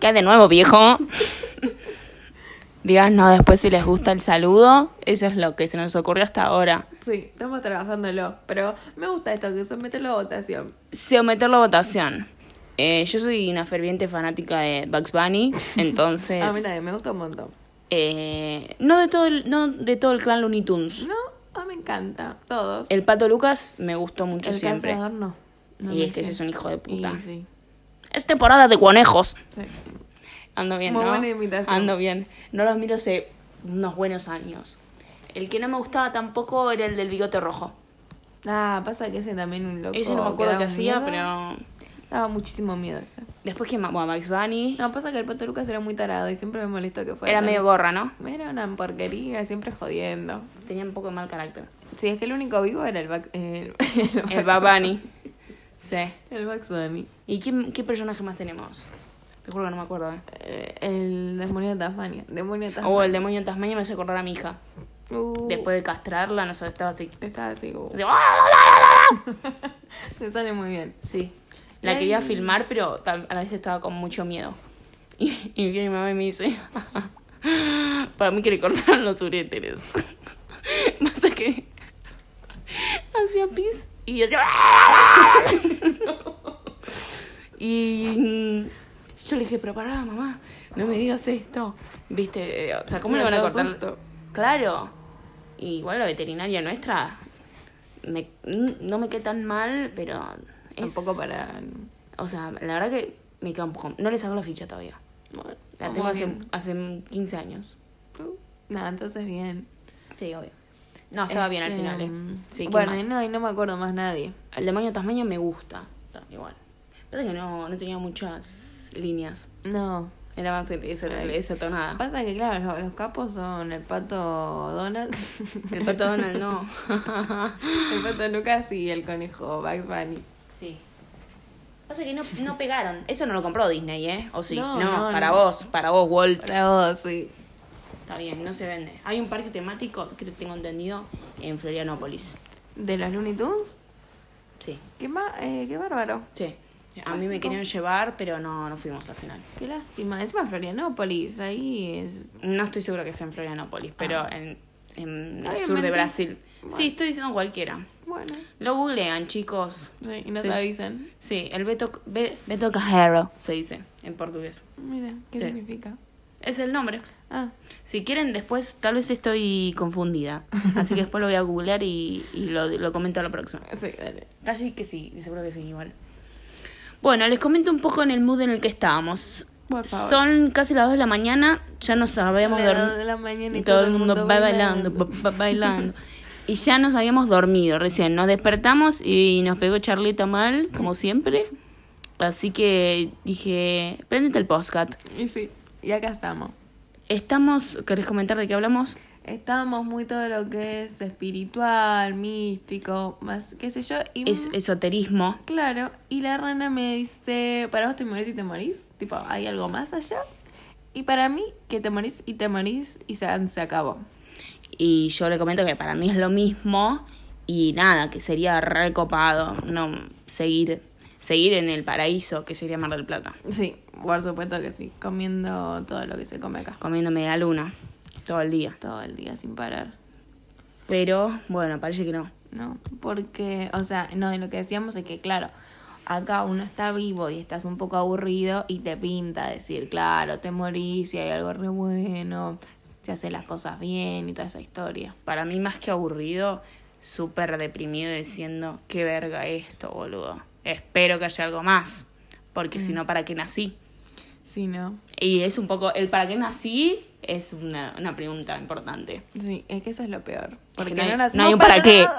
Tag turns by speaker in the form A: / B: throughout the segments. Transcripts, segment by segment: A: ¿Qué de nuevo, viejo? Díganos después si les gusta el saludo. Eso es lo que se nos ocurrió hasta ahora.
B: Sí, estamos trabajándolo. Pero me gusta esto, que someterlo a votación.
A: Someterlo a votación. Eh, yo soy una ferviente fanática de Bugs Bunny, entonces...
B: A mí también me gusta un montón.
A: eh, no, de todo el, no de todo el clan Looney Tunes.
B: No, a mí me encanta. Todos.
A: El Pato Lucas me gustó mucho
B: El
A: siempre.
B: cazador no. No
A: y
B: me
A: es que ese es un hijo de
B: Y
A: puta.
B: sí,
A: Es temporada de conejos.
B: sí.
A: Ando bien,
B: Muy
A: ¿no?
B: buena imitación.
A: Ando bien. No los miro hace unos buenos años. El que no me gustaba tampoco era el del bigote rojo.
B: Ah, pasa que ese también un loco.
A: Ese no me acuerdo
B: daba
A: qué
B: un
A: hacía,
B: miedo.
A: pero...
B: Daba muchísimo miedo ese.
A: Después que mamó a Max Bunny.
B: No, pasa que el Pato Lucas era muy tarado y siempre me molestó que fuera.
A: era
B: tan-
A: medio gorra, ¿no?
B: Era una porquería, siempre jodiendo.
A: Tenía un poco de mal carácter.
B: Sí, es que el único vivo era el Bac- eh, El,
A: El
B: Bugs-
A: Bad Bunny. Sí.
B: El Bugs Bunny.
A: ¿Y quién- qué personaje más tenemos? Te juro que no me acuerdo. ¿eh?
B: Eh, el demonio de Tasmania. Demonio de Tasmania.
A: Oh, el demonio en Tasmania me hace acordar a mi hija.
B: Uh,
A: Después de castrarla, no sé, estaba así.
B: Estaba así, uh,
A: así, "Ah, la, la, la, la".
B: se sale muy bien.
A: Sí. La
B: Ay.
A: quería filmar, pero tal- a la vez estaba con mucho miedo. Y, y viene mi mamá y me dice: Para mí que le cortaron los uréteres. Pasa que hacía pis y hacía. "Ah, la, la, la". y mm, yo le dije: Pero pará, mamá, no me digas esto. Viste, eh, o sea, ¿cómo
B: Me
A: le van a
B: da
A: cortar?
B: susto.
A: Claro. Y igual la veterinaria nuestra me- n- no me quedé tan mal, pero es,
B: Tampoco para.
A: o sea, la verdad que me queda un poco, no le saco la ficha todavía.
B: Bueno,
A: La
B: vamos
A: tengo hace,
B: bien.
A: hace 15 años.
B: Uh, Nada, entonces bien.
A: Sí, obvio. No, estaba bien al
B: Este,
A: final. eh.
B: mm,
A: Sí, ¿qué
B: bueno,
A: más?
B: y no, y no me acuerdo más nadie.
A: El demonio de Tasmania me gusta, está, igual. Pasa que no, no tenía muchas líneas.
B: No.
A: Era más esa,
B: Ay.
A: esa tonada.
B: Pasa que, claro, lo- los, capos son el pato Donald,
A: El pato Donald no.
B: el pato Lucas y el conejo Bugs Bunny.
A: Sí. Pasa que no, no pegaron. Eso no lo compró Disney, ¿eh? ¿O sí? No,
B: No, no,
A: para
B: no.
A: vos, para vos, Walt.
B: Para vos, sí.
A: Está bien, no se vende. Hay un parque temático, que tengo entendido, en Florianópolis.
B: ¿De los Looney Tunes?
A: Sí,
B: Qué, ma eh, qué bárbaro.
A: sí. A mí me querían llevar, pero no, no fuimos al final.
B: Qué lástima. Encima Florianópolis, ahí es...
A: No estoy segura que sea en Florianópolis, pero en, en el
B: Ah. Obviamente.
A: sur de Brasil.
B: Bueno.
A: Sí, estoy diciendo cualquiera.
B: Bueno,
A: Lo googlean, chicos.
B: sí, y nos
A: Sí.
B: avisan.
A: Sí, el Beto, Be- Beto Carrero se dice en portugués.
B: Mira, ¿qué
A: Sí.
B: significa?
A: Es el nombre.
B: Ah,
A: Si quieren, después, tal vez estoy confundida. Así que después lo voy a googlear y, y lo, lo comento a la próxima.
B: sí, dale.
A: Casi que sí, seguro que sí, igual. Bueno, les comento un poco en el mood en el que estábamos.
B: Por favor.
A: Son casi las 2 de la mañana, ya nos habíamos
B: Las
A: dormido.
B: dos de la mañana
A: y todo el mundo va bailando, va va bailando. Y ya nos habíamos dormido recién, nos despertamos y nos pegó charleta mal, como siempre. Así que dije, préndete el podcast.
B: Y sí, y acá estamos.
A: Estamos, ¿querés comentar de qué hablamos?
B: Estábamos muy todo lo que es espiritual, místico, más qué sé yo. Y
A: Es esoterismo.
B: Claro, y la rana me dice, ¿para vos te morís y te morís? Tipo, ¿hay algo más allá? Y para mí, que te morís y te morís y se, se acabó.
A: Y yo le comento que para mí es lo mismo y nada, que sería recopado no seguir seguir en el paraíso que sería Mar del Plata,
B: Sí, por supuesto que sí, comiendo todo lo que se come acá.
A: comiéndome la luna todo el día.
B: Todo el día sin parar.
A: Pero bueno, parece que no.
B: ¿no? Porque, o sea, no, y lo que decíamos es que, claro, acá uno está vivo y estás un poco aburrido y te pinta decir, claro, te morís y hay algo re bueno, se hace las cosas bien y toda esa historia.
A: Para mí más que aburrido, súper deprimido diciendo, qué verga esto, boludo. Espero que haya algo más, porque si no, ¿para qué nací?
B: Sí, ¿no?
A: Y es un poco, el para qué nací es una, una pregunta importante.
B: Sí, es que eso es lo peor.
A: Es que
B: Porque
A: no hay-
B: no,
A: no hay
B: nacimos
A: un para qué.
B: nada.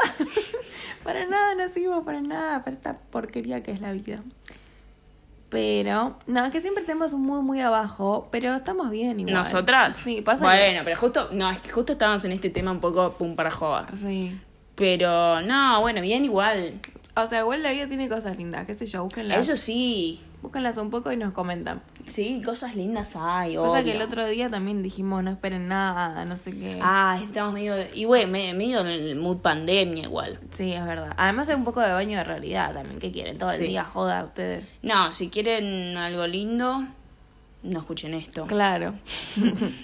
B: para nada nacimos, para nada, para esta porquería que es la vida. Pero, no, es que siempre tenemos un mood muy abajo, pero estamos bien igual.
A: ¿Nosotras?
B: Sí, pasa que-
A: Bueno, pero justo, no, es que justo estábamos en este tema un poco pum para joda.
B: Sí.
A: Pero no, bueno, bien igual.
B: O sea, igual la vida tiene cosas lindas, qué sé yo, búsquenlas.
A: Eso sí,
B: Búsquenlas un poco y nos comentan.
A: sí, cosas lindas hay.
B: Cosa
A: obvio.
B: que el otro día también dijimos, no esperen nada, no sé qué.
A: Ah, estamos medio, y güey, me- medio en el mood pandemia igual.
B: Sí, es verdad. Además es un poco de baño de realidad también, ¿qué quieren? Todo
A: Sí.
B: el día joda a ustedes.
A: No, si quieren algo lindo, no escuchen esto.
B: Claro.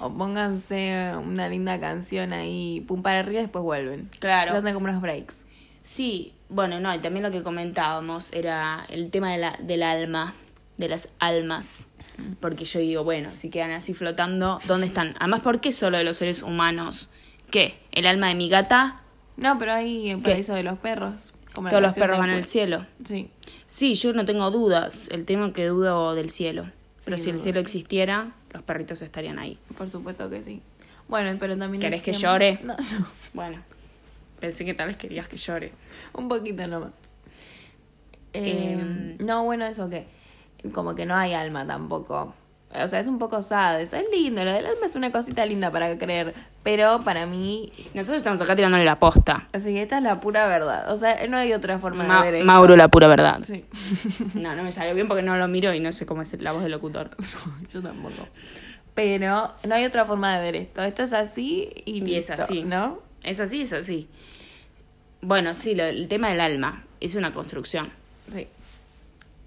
B: o pónganse una linda canción ahí, pum para arriba y después vuelven.
A: Claro.
B: Lo hacen como unos breaks.
A: Sí, bueno, no, y también lo que comentábamos era el tema de la, del alma, de las almas. Porque yo digo, bueno, si quedan así flotando, ¿dónde están? Además, ¿por qué solo de los seres humanos? ¿Qué? ¿El alma de mi gata?
B: No, pero hay el
A: ¿Qué?
B: paraíso de los perros. como la
A: Todos los
B: canción
A: perros
B: de
A: van al
B: Queen.
A: cielo.
B: Sí.
A: Sí, yo no tengo dudas. El tema que dudo del cielo. Pero
B: Sí,
A: si el
B: dudo.
A: cielo existiera, los perritos estarían ahí.
B: Por supuesto que sí. Bueno, pero también...
A: ¿Querés que
B: decíamos-
A: llore?
B: No, no.
A: Bueno, pensé que tal vez querías que llore.
B: Un poquito nomás. Eh,
A: Em,
B: no, bueno, eso que... Como que no hay alma tampoco. O sea, es un poco sad. Es lindo. Lo del alma es una cosita linda para creer. Pero para mí...
A: Nosotros estamos acá tirándole la posta.
B: Así esta es la pura verdad. O sea, no hay otra forma
A: Ma-
B: de ver esto.
A: Mauro, la pura verdad.
B: Sí.
A: No, no me salió bien porque no lo miro y no sé cómo es la voz del locutor.
B: Yo tampoco. Pero no hay otra forma de ver esto. Esto es así y,
A: Y es
B: listo,
A: así.
B: ¿no?
A: Es así, es así. Bueno, sí, lo- el tema del alma es una construcción.
B: Sí.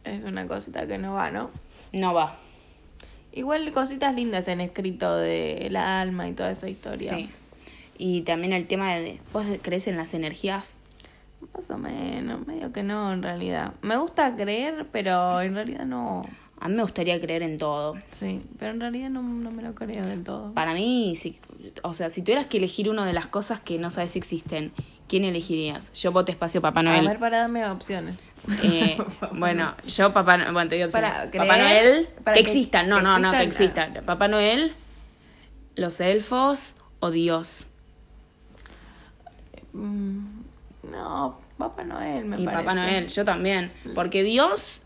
B: Es una cosita que no va, ¿no?
A: No va.
B: Igual cositas lindas en escrito de la alma y toda esa historia.
A: Sí. Y también el tema de. ¿Vos crees en las energías?
B: Más o menos, medio que no en realidad. Me gusta creer, pero en realidad no.
A: A mí me gustaría creer en todo.
B: Sí, pero en realidad no, no me lo creo del todo.
A: Para mí, si- o sea, si tuvieras que elegir una de las cosas que no sabes si existen, ¿quién elegirías? Yo voto espacio Papá
B: A
A: Noel.
B: ver, para darme opciones.
A: Eh, bueno, yo Papá Noel. Bueno, te digo opciones.
B: Para
A: Papá
B: creer,
A: Noel.
B: para
A: que
B: que-
A: existan. No,
B: que
A: no, no, que
B: existan.
A: existan. Papá Noel, los elfos o Dios.
B: Mm, no, Papá Noel me
A: Y
B: parece.
A: Papá Noel, yo también. Porque Dios,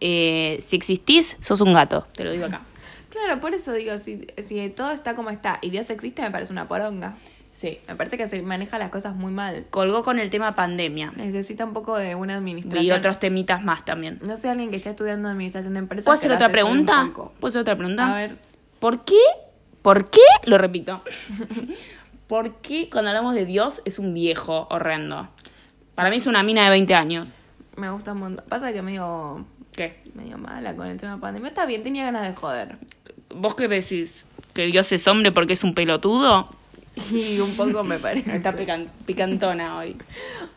A: eh, si existís, sos un gato. Te lo digo acá.
B: Claro, por eso digo, si, si todo está como está y Dios existe, me parece una poronga.
A: Sí.
B: Me parece que se maneja las cosas muy mal.
A: Colgó con el tema pandemia.
B: Necesita un poco de una administración.
A: Y otros temitas más también.
B: No sé, alguien que está estudiando administración de empresas.
A: ¿Puedo
B: que
A: hacer
B: lo
A: otra
B: asesore un
A: pregunta?
B: poco.
A: ¿Puedo hacer otra pregunta?
B: A ver,
A: ¿Por qué? ¿Por qué? Lo repito. ¿Por qué cuando hablamos de Dios es un viejo horrendo? Para mí es una mina de 20 años.
B: me gusta un montón. Pasa que medio,
A: ¿Qué?
B: medio mala con el tema pandemia. Está bien, tenía ganas de joder.
A: ¿Vos qué decís? ¿Que Dios es hombre porque es un pelotudo?
B: Y un poco me parece.
A: Está pican- picantona hoy.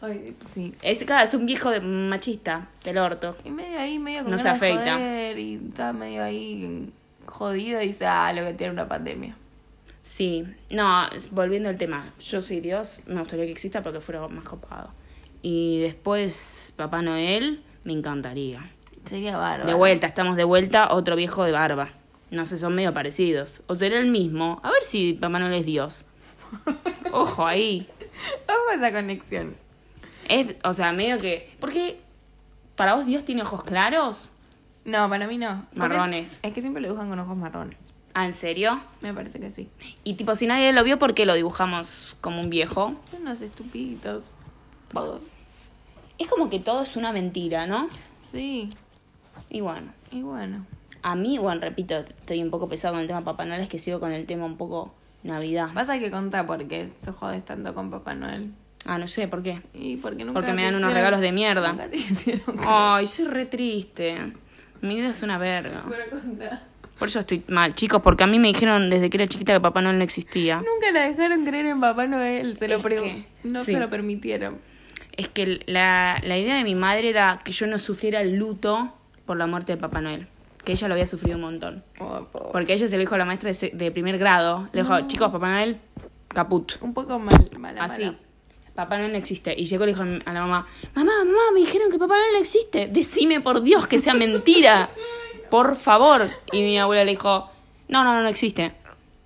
B: Ay, sí.
A: Es, claro, es un viejo de machista, del orto.
B: Y medio ahí, medio con
A: No se
B: ganas de
A: afeita.
B: joder. Y está medio ahí jodido y dice, ah, lo que tiene una pandemia.
A: Sí, no, es- volviendo al tema, yo soy Dios, me gustaría que exista porque fuera más copado. Y después Papá Noel, me encantaría.
B: Sería bárbaro.
A: De vuelta, estamos de vuelta, otro viejo de barba. No sé, son medio parecidos. O será el mismo. A ver si Papá Noel es Dios. Ojo ahí.
B: Ojo esa conexión.
A: Es, o sea, medio que... Porque, ¿para vos Dios tiene ojos claros?
B: No, para mí no. Porque
A: Marrones.
B: Es que siempre lo dibujan con ojos marrones.
A: Ah, ¿en serio?
B: Me parece que sí.
A: Y tipo, si nadie lo vio, ¿por qué lo dibujamos como un viejo?
B: Son unos estupiditos. Todos.
A: Es como que todo es una mentira, ¿no?
B: Sí.
A: Y bueno.
B: Y bueno.
A: A mí, bueno, repito, estoy un poco pesado con el tema Papá Noel, es que sigo con el tema un poco Navidad.
B: Pasa que contá por qué se jodes tanto con Papá Noel.
A: Ah, no sé, ¿por qué?
B: Y porque nunca.
A: Porque me
B: te
A: dan unos
B: hicieron-
A: regalos de mierda.
B: Nunca te hicieron.
A: Ay, soy re triste. Mi vida es una verga.
B: Pero contá.
A: Por eso estoy mal, chicos, porque a mí me dijeron desde que era chiquita que Papá Noel no existía.
B: Nunca la dejaron creer en Papá Noel. Se lo
A: Es
B: pre-
A: que-
B: No
A: sí.
B: se lo permitieron.
A: Es que la, la idea de mi madre era que yo no sufriera el luto por la muerte de Papá Noel. Que ella lo había sufrido un montón.
B: Oh, po.
A: Porque ella se lo dijo a la maestra de, se- de primer grado. Le dijo, chicos, Papá Noel, caput.
B: Un poco mal, mala,
A: Así.
B: mala.
A: Papá Noel no existe. Y llegó y le dijo a la mamá, mamá, mamá, me dijeron que Papá Noel no existe. Decime por Dios que sea mentira. Por favor. Y mi abuela le dijo, no, no, no, no existe.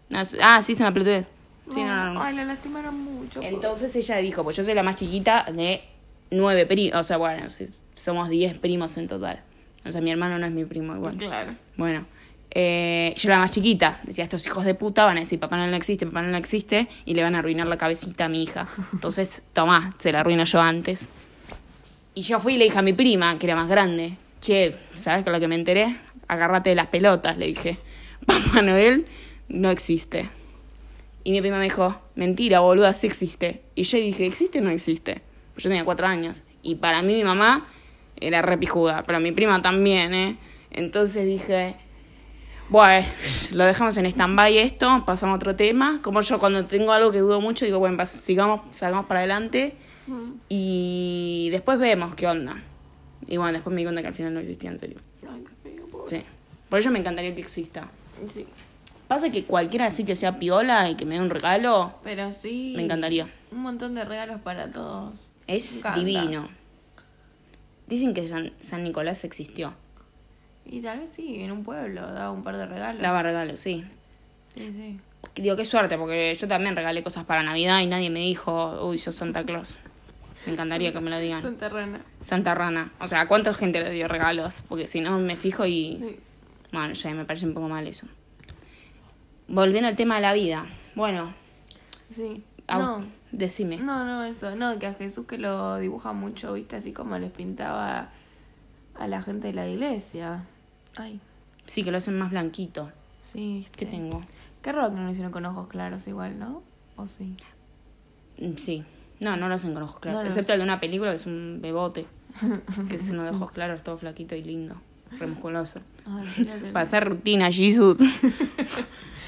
A: No, es- Ah, sí, es una pelotudez. Sí, no, no, no.
B: Ay, la lastimaron mucho. po.
A: Entonces ella dijo, pues yo soy la más chiquita de nueve primos. O sea, bueno, si- somos diez primos en total. O sea, mi hermano no es mi primo igual.
B: Claro.
A: Bueno, eh, yo era la más chiquita. Decía, estos hijos de puta van a decir, papá Noel no existe, papá Noel no existe, y le van a arruinar la cabecita a mi hija. Entonces, tomá, se la arruino yo antes. Y yo fui y le dije a mi prima, que era más grande, che, ¿sabes con lo que me enteré? Agárrate de las pelotas, le dije. Papá Noel no existe. Y mi prima me dijo, mentira, boluda, sí existe. Y yo dije, ¿existe o no existe? Pues Yo tenía cuatro años. Y para mí mi mamá era repijuda, pero mi prima también, ¿eh? Entonces dije, Bueno, lo dejamos en stand-by esto, pasamos a otro tema. Como yo cuando tengo algo que dudo mucho, digo, bueno, pas- sigamos, salgamos para adelante
B: Mm.
A: y después vemos qué onda. Y bueno, después me di cuenta que al final no existía en serio.
B: Ay, qué feo, pobre.
A: Sí. Por ello me encantaría que exista.
B: Sí.
A: Pasa que cualquiera así que sea piola y que me dé un regalo,
B: Pero sí.
A: me encantaría.
B: Un montón de regalos para todos. Me
A: Es
B: encanta.
A: divino. Dicen que San, San Nicolás existió.
B: Y tal vez sí, en un pueblo daba un par de regalos.
A: Daba regalos, sí.
B: Sí, sí.
A: Digo, qué suerte, porque yo también regalé cosas para Navidad y nadie me dijo, uy, sos Santa Claus. Me encantaría que me lo digan.
B: Santa Rana.
A: Santa Rana. O sea, ¿cuánta gente le dio regalos? Porque si no, me fijo y...
B: Sí.
A: Bueno, ya me parece un poco mal eso. Volviendo al tema de la vida. Bueno,
B: sí.
A: a
B: No.
A: vos- decime.
B: No, no, eso. No, que a Jesús que lo dibuja mucho, ¿viste? Así como les pintaba a la gente de la iglesia. Ay,
A: Sí, que lo hacen más blanquito.
B: sí.
A: ¿Qué
B: este.
A: tengo?
B: Qué raro que no lo hicieron con ojos claros igual, ¿no? ¿O sí?
A: Mm, Sí. No, no lo hacen con ojos claros.
B: No lo
A: excepto el de una película que es un bebote. Que es uno de ojos claros, todo flaquito y lindo. Remusculoso.
B: Ay, mírate.
A: Para hacer rutina, Jesus.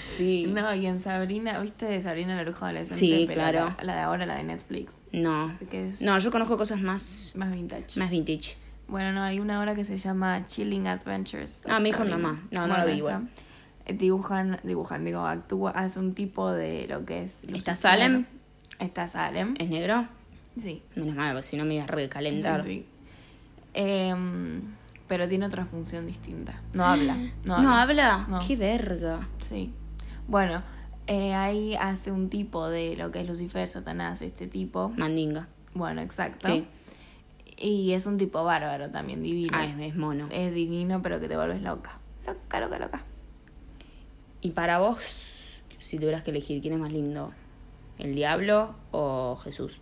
A: Sí. No.
B: No, y en Sabrina, ¿viste? De Sabrina la bruja adolescente.
A: Sí,
B: pero
A: claro.
B: La, la de ahora, la de Netflix.
A: No.
B: Que es
A: yo conozco cosas más,
B: más vintage.
A: más vintage.
B: Bueno, no, hay una obra que se llama Chilling Adventures.
A: Ah, me dijo mi
B: Sabrina.
A: mamá. No, no la vi igual.
B: esa. Eh, Dibujan, dibujan, digo, actúa, hace un tipo de lo que es...
A: ¿Está Salem? Eh,
B: Está Salem,
A: ¿Es negro?
B: sí.
A: Menos mal, porque si no me iba a recalentar.
B: Sí. Em, pero tiene otra función distinta. No habla.
A: No,
B: No,
A: habla.
B: No.
A: Qué verga.
B: Sí. Bueno, eh, ahí hace un tipo de lo que es Lucifer, Satanás, este tipo.
A: Mandinga.
B: Bueno, exacto.
A: Sí.
B: Y es un tipo bárbaro también, divino.
A: Ah, es, es mono.
B: Es divino, pero que te vuelves loca. Loca, loca, loca.
A: Y para vos, si tuvieras que elegir, ¿quién es más lindo? ¿El diablo o Jesús?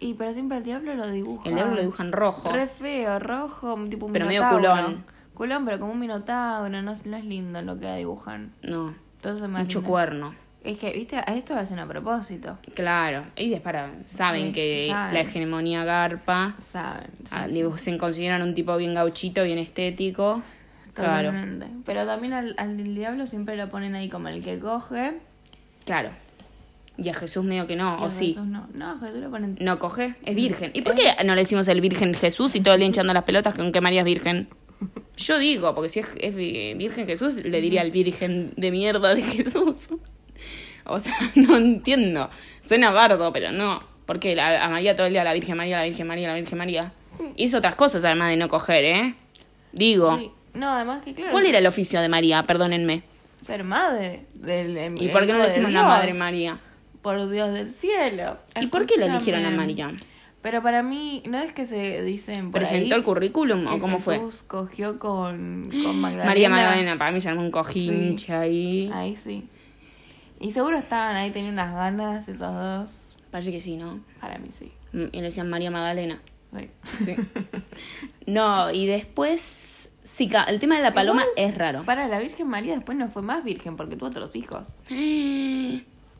B: Y pero siempre el diablo lo dibuja.
A: El diablo lo dibujan rojo.
B: Ah. Re feo, rojo, un tipo un
A: Pero medio
B: minotauro.
A: culón.
B: Culón, pero como un minotauro, no, es- no es lindo lo que dibujan.
A: No,
B: Entonces más
A: mucho
B: lindo.
A: cuerno.
B: Es que, viste, a esto lo hacen a propósito.
A: Claro. Y es para. Saben
B: Sí,
A: que
B: saben.
A: la hegemonía garpa.
B: Saben. sí,
A: Ah,
B: sí.
A: digo, Se consideran un tipo bien gauchito, bien estético. Claro.
B: Totalmente. Pero también al, al diablo siempre lo ponen ahí como el que coge.
A: Claro. Y a Jesús medio que no,
B: y a
A: Ah, o sí.
B: Jesús no. No, a Jesús lo ponen.
A: No coge,
B: Mm.
A: es virgen. ¿Y por qué no le decimos el virgen Jesús y todo el día hinchando las pelotas con que María es virgen? Yo digo, porque si es, es vi- virgen Jesús, le diría al virgen de mierda de Jesús. O sea, no entiendo. Suena bardo, pero no. Porque la- a María todo el día, la Virgen María, la Virgen María, la Virgen María. Hizo otras cosas además de no coger, ¿eh? Digo.
B: Sí. No, además que claro.
A: ¿Cuál era el oficio de María? Perdónenme.
B: Ser madre. Del, em-
A: ¿Y por qué no le
B: hijo de
A: decimos la
B: Dios.
A: Madre María?
B: Por Dios del cielo.
A: ¿Y por qué le eligieron a
B: Escúchame.
A: María?
B: Pero para mí, no es que se dicen. Por
A: ¿Presentó
B: ahí
A: el currículum o
B: que
A: cómo fue?
B: Jesús cogió con, con Magdalena.
A: María Magdalena, para mí se armó un cojinche
B: Sí.
A: ahí.
B: Ahí sí. Y seguro estaban ahí, tenían unas ganas esos dos.
A: Parece que sí, ¿no?
B: Para mí sí.
A: Mm, Y le decían María Magdalena.
B: Sí.
A: Sí. no, y después. Sí, ca- el tema de la paloma es raro.
B: Para la Virgen María después no fue más virgen porque tuvo otros hijos.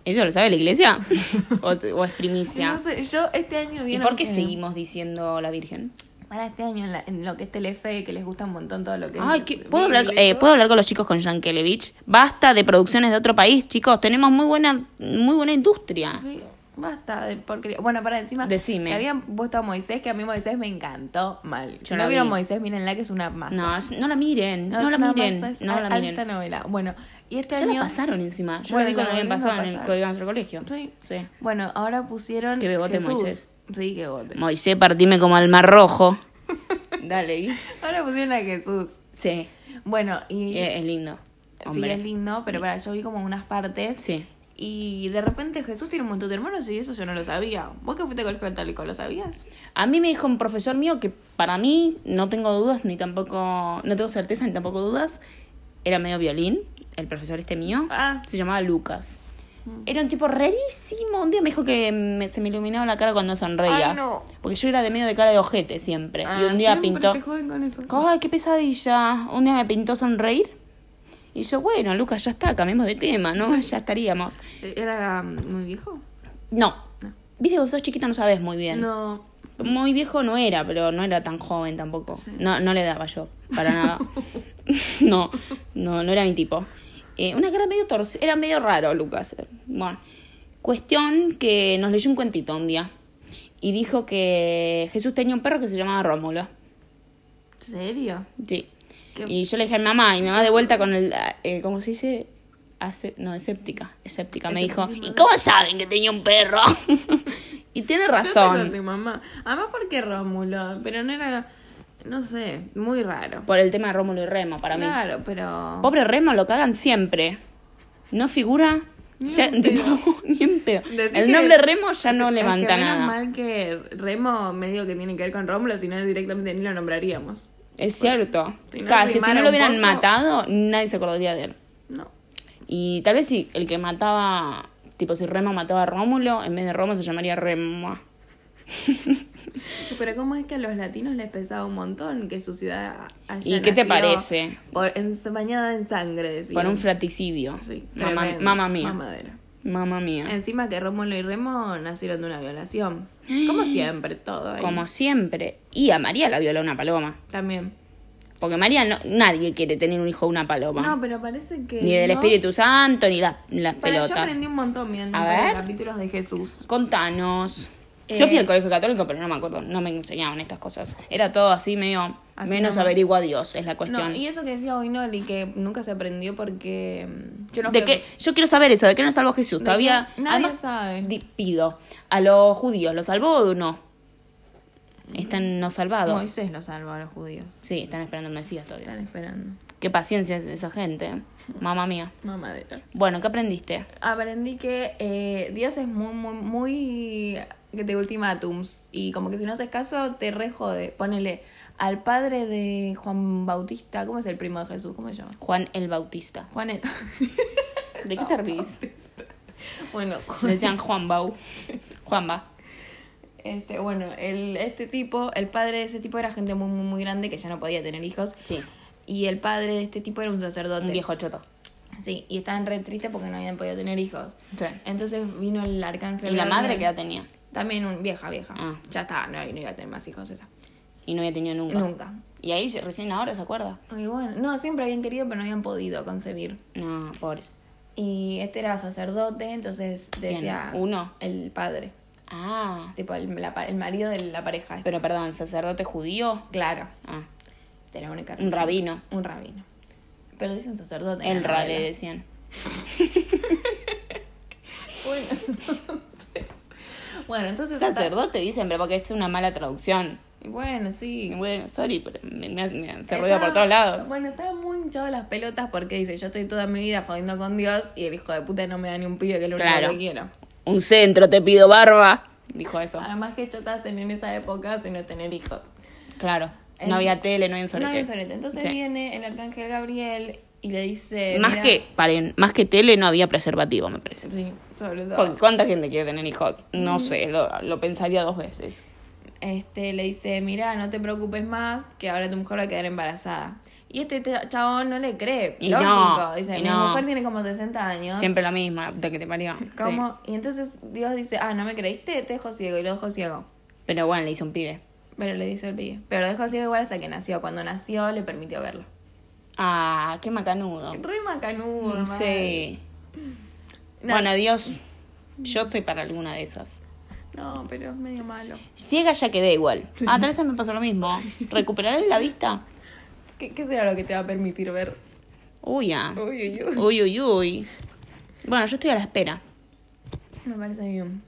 A: ¿Eso lo sabe la iglesia? ¿O, o es primicia?
B: No sé, yo este año vi
A: ¿Y
B: una-
A: por qué
B: eh,
A: seguimos diciendo la Virgen?
B: Para este año en, la- en lo que es Telefe, que les gusta un montón todo lo que
A: Ay,
B: es
A: ¿qué- ¿puedo, hablar,
B: bíblico.
A: eh, ¿Puedo hablar con los chicos con Yankelevich? Basta de producciones de otro país, chicos. Tenemos muy buena, muy buena industria.
B: Sí, basta de porquería. Bueno, para encima.
A: Decime.
B: Que habían puesto a Moisés, que a mí Moisés me encantó mal.
A: Yo
B: Si no
A: la
B: vieron
A: vi.
B: Moisés, mírenla, que es una masa.
A: No, es- no la miren, no,
B: es
A: la
B: una
A: miren,
B: masa, es
A: no
B: al-
A: la miren.
B: Alta novela. Bueno, y este
A: Ya
B: año.
A: la pasaron encima. Yo
B: Bueno,
A: la vi cuando
B: la
A: habían
B: volvieron a
A: pasado en el
B: pasar.
A: código de nuestro colegio.
B: Sí. Bueno, ahora pusieron.
A: Que bebote
B: Jesús.
A: Moisés.
B: Sí, que bote.
A: Moisés, partime como al mar rojo. Dale, ¿y?
B: ahora pusieron a Jesús.
A: Sí.
B: Bueno, y.
A: Es, es lindo.
B: Sí,
A: Eh, Hombre.
B: es lindo, pero para yo vi como unas partes.
A: Sí.
B: Y de repente Jesús tiene un montón de hermanos y eso yo no lo sabía. ¿Vos que fuiste al colegio católico lo sabías?
A: A mí me dijo un profesor mío que para mí, no tengo dudas ni tampoco. No tengo certeza ni tampoco dudas. Era medio violín, el profesor este mío.
B: Ah.
A: Se llamaba Lucas.
B: Mm.
A: Era un tipo rarísimo. Un día me dijo que me- se me iluminaba la cara cuando sonreía.
B: Ay, no. Ah,
A: Porque yo era de medio de cara de ojete siempre. y un día pintó.
B: Te joden con eso.
A: Ay, qué pesadilla. Un día me pintó sonreír. Y yo, bueno, Lucas, ya está, cambiemos de tema, ¿no? Ya estaríamos.
B: ¿Era um, muy viejo?
A: No.
B: No.
A: Viste, vos sos chiquito, no sabes muy bien.
B: No.
A: Muy viejo no era, pero no era tan joven tampoco. No, no le daba yo, para nada. no, no, no era mi tipo. Eh, una cara medio torcida, era medio raro Lucas. Bueno, cuestión que nos leyó un cuentito un día y dijo que Jesús tenía un perro que se llamaba Rómulo.
B: ¿En serio?
A: Sí.
B: Qué-
A: Y yo le dije a mi mamá, y mi mamá de vuelta con el, eh, ¿cómo se dice? Ace- no, escéptica, escéptica. Me dijo, ¿y cómo saben que tenía un perro? y tiene
B: Yo te
A: razón,
B: conté, mamá. Además porque Rómulo, pero no era, no sé, muy raro.
A: por el tema de Rómulo y Remo, para mí.
B: Claro, pero...
A: Pobre Remo, lo cagan siempre. No figura,
B: Ni
A: ya,
B: en pedo.
A: tipo, ni en pedo.
B: Decí
A: El
B: que-
A: nombre Remo ya no
B: es que
A: levanta
B: menos
A: nada.
B: mal que Remo medio que tiene que ver con Rómulo, si no directamente ni lo nombraríamos.
A: Es cierto.
B: Si no
A: claro,
B: lo
A: que si no
B: limaron
A: lo hubieran
B: poco-
A: matado, nadie se acordaría de él.
B: No.
A: Y tal vez si el que mataba, tipo si Remo mataba a Rómulo, en vez de Remo se llamaría Remo.
B: Pero cómo es que a los latinos les pesaba un montón que su ciudad haya
A: ¿Y qué te
B: nacido
A: parece?
B: por- en- bañada en sangre, decían.
A: Por un fratricidio.
B: Sí,
A: mamá,
B: tremendo.
A: mamá mía.
B: Mamadera.
A: Mamá mía.
B: Encima que Rómulo y Remo nacieron de una violación. Como siempre, todo. ahí.
A: Como siempre. Y a María la violó una paloma.
B: También.
A: Porque María no, nadie quiere tener un hijo de una paloma.
B: No, pero parece que.
A: ni del
B: no-
A: Espíritu Santo, ni las, las
B: Para, Yo
A: pelotas.
B: aprendí un montón mirando
A: A
B: varios
A: ver.
B: capítulos de Jesús.
A: Contanos. Yo fui
B: Eh,
A: al colegio católico, pero no me acuerdo, no me enseñaban estas cosas. Era todo así medio,
B: Así
A: menos
B: nomás.
A: averigua a Dios, es la cuestión.
B: No, y eso que decía Oinoli, que nunca se aprendió porque. mm, Yo no
A: ¿De
B: fui-
A: qué? Yo quiero saber eso, ¿de qué nos salvó Jesús?
B: de
A: Todavía.
B: qué- Nadie
A: además,
B: sabe.
A: di- pido. ¿A los judíos los salvó o no? Están no salvados.
B: Mm. Moisés lo salvó a los judíos.
A: Sí, están esperando el Mesías todavía.
B: Están esperando.
A: Qué paciencia es esa gente, ¿eh? mamá mía.
B: Mamadera.
A: Bueno, ¿qué aprendiste?
B: Aprendí que eh, Dios es muy, muy, muy. que te ultimatums. Y como que si no haces caso, te re jode. Ponele al padre de Juan Bautista. ¿Cómo es el primo de Jesús? ¿Cómo se llama?
A: Juan el Bautista.
B: Juan el.
A: ¿De qué te reís?
B: bueno,
A: Le
B: Juan-
A: decían Juan Bau. Juanba.
B: Este, bueno, el, este tipo, el padre de ese tipo era gente muy, muy, muy grande que ya no podía tener hijos.
A: Sí.
B: Y el padre de este tipo era un sacerdote.
A: Un viejo choto.
B: Sí, y estaban re tristes porque no habían podido tener hijos.
A: Sí.
B: Entonces vino el arcángel.
A: ¿Y la madre que ya
B: Gabriel.
A: tenía?
B: También un, vieja, vieja.
A: Ah.
B: Ya está, no, no iba a tener más hijos esa.
A: Y no había tenido nunca.
B: Nunca.
A: Y ahí se- recién ahora se acuerda.
B: Y bueno, no, siempre habían querido, pero no habían podido concebir.
A: No, pobres.
B: Y este era sacerdote, entonces
A: ¿Quién?
B: decía...
A: ¿Uno?
B: El padre,
A: Ah.
B: tipo el, la pa- el marido de la pareja. esta.
A: Pero perdón, sacerdote judío.
B: claro,
A: Ah.
B: era única
A: Un rabino.
B: Un rabino. Pero dicen sacerdote. en
A: El
B: la
A: ra
B: novela.
A: le decían.
B: Bueno, bueno, entonces...
A: Sacerdote dicen, pero porque esta es una mala traducción.
B: Y Bueno,
A: Y
B: sí.
A: bueno, sorry, pero me- me- me- se rueda
B: Estaba-
A: por todos lados.
B: Bueno, estaba muy hinchado las pelotas porque dice, yo estoy toda mi vida jodiendo con Dios y el hijo de puta no me da ni un pibe que es lo
A: Claro.
B: único que quiero.
A: Un centro te pido barba. Dijo eso.
B: Además que chotas en esa época sino tener hijos.
A: Claro.
B: Eh,
A: No había tele, no había un
B: No hay
A: sorete.
B: un sorete. Entonces eh,
A: Sí.
B: viene el arcángel Gabriel y le dice...
A: Más
B: "Mirá".
A: que, paren, más que tele no había preservativo, me parece.
B: Sí, sobre todo.
A: Porque ¿cuánta gente quiere tener hijos? No
B: Mm.
A: sé, lo, lo pensaría dos veces.
B: Este, le dice, mira, no te preocupes más, que ahora tu mujer va a quedar embarazada. Y este te- chabón no le cree.
A: Y
B: lógico.
A: no,
B: dice,
A: y
B: mi
A: no.
B: mujer tiene como 60 años.
A: Siempre la misma, la puta que te parió. Sí.
B: ¿Cómo? Y entonces Dios dice, ah, no me creíste, te dejo ciego. Y lo dejo ciego.
A: Pero bueno, le hizo un pibe.
B: Pero le dice el pibe. Pero lo dejó ciego igual hasta que nació. Cuando nació le permitió verlo.
A: Ah, qué macanudo. Mm,
B: Re macanudo. mal.
A: Sí.
B: No,
A: Bueno, Dios, yo estoy para alguna de esas.
B: No, pero es medio malo.
A: Ciega ya quedé igual. Ah, tal vez me pasó lo mismo. ¿Recuperaré la vista?
B: ¿Qué, qué será lo que te va a permitir ver?
A: Uy, ah.
B: Uy, uy, uy.
A: Uy, uy, uy. Bueno, yo estoy a la espera.
B: Me parece bien.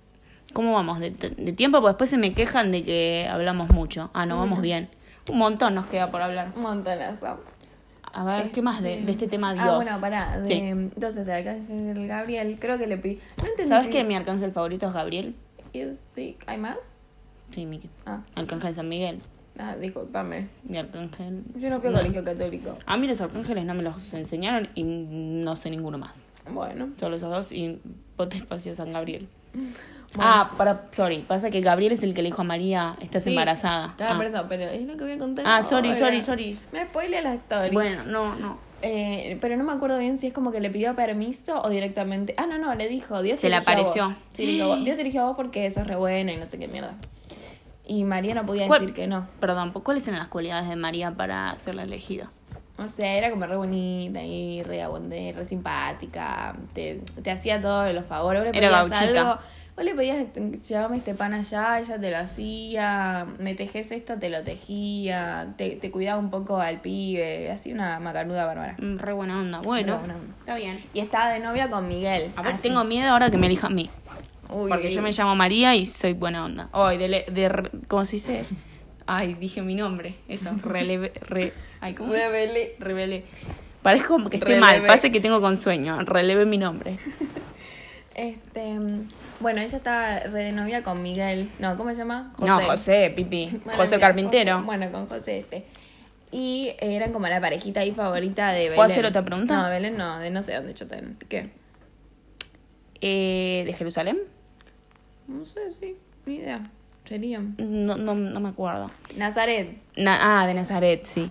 A: ¿Cómo vamos? De, de tiempo, pues después se me quejan de que hablamos mucho. Ah, no, vamos bien. Un montón nos queda por hablar.
B: Un montonazo.
A: A ver, ¿qué más de, de este tema Dios?
B: Ah, bueno, pará. de-
A: Sí.
B: Entonces, el arcángel Gabriel, creo que le pide. No entendí.
A: ¿Sabes
B: si-
A: que mi arcángel favorito es Gabriel?
B: es- Sí, ¿hay más?
A: Sí, mi
B: Ah,
A: arcángel San Miguel.
B: ah, discúlpame.
A: Mi arcángel.
B: Yo no fui al colegio católico.
A: A mí los arcángeles no me los enseñaron y no sé ninguno más.
B: Bueno.
A: Solo esos dos y Bote Espacio San Gabriel. Ah, para, sorry. Pasa que Gabriel es el que le dijo a María, estás
B: Sí,
A: embarazada.
B: Claro,
A: Ah.
B: por eso, pero es lo que voy a contar.
A: Ah, sorry,
B: ahora.
A: sorry, sorry.
B: Me spoilé la historia.
A: Bueno, no, no.
B: Eh, pero no me acuerdo bien si es como que le pidió permiso o directamente. Ah, no, no, le dijo. Dios
A: Se
B: te
A: le
B: eligió a
A: apareció.
B: vos. Sí, le dijo, Dios te eligió a vos porque sos re bueno y no sé qué mierda. Y María no podía
A: ¿Cuál-
B: decir que no.
A: Perdón, pues, ¿cuáles eran las cualidades de María para ser la elegida?
B: O sea, era como re bonita y re aguante, re simpática. Te, te hacía todos los favores. Vos le
A: Era
B: pedías
A: gauchita.
B: algo. Vos le pedías, llévame este pan allá, ella te lo hacía. Me tejes esto, te lo tejía. Te, te cuidaba un poco al pibe. Así una macanuda bárbara.
A: Mm, Re buena onda. Ah, Bueno,
B: Re buena onda.
A: está bien.
B: Y estaba de novia con Miguel.
A: A ver,
B: Así.
A: tengo miedo ahora que me elijan a mí.
B: Uy,
A: porque
B: uy,
A: yo
B: uy.
A: me llamo María y soy buena onda. Ay, de, le- de re- ¿Cómo se dice? Ay, dije mi nombre. Eso, releve. Re, ay, ¿cómo?
B: Rebelé.
A: Revelé. Parezco como que estoy
B: Releve.
A: mal. Pase que tengo con sueño. Releve mi nombre.
B: Este, mm, bueno, ella estaba re de novia con Miguel. No, ¿cómo se llama?
A: No, José, pipi.
B: Bueno,
A: José
B: mira,
A: Carpintero.
B: José- bueno, con José este. Y eran como la parejita ahí favorita de Belén.
A: ¿Puedo hacer otra pregunta?
B: No, Belén no, de no sé dónde chotan. ¿Qué?
A: Eh, ¿De Jerusalén?
B: No sé, sí, ni idea. Serían.
A: No, no, no me acuerdo.
B: Nazaret.
A: Na- ah, de Nazaret, sí.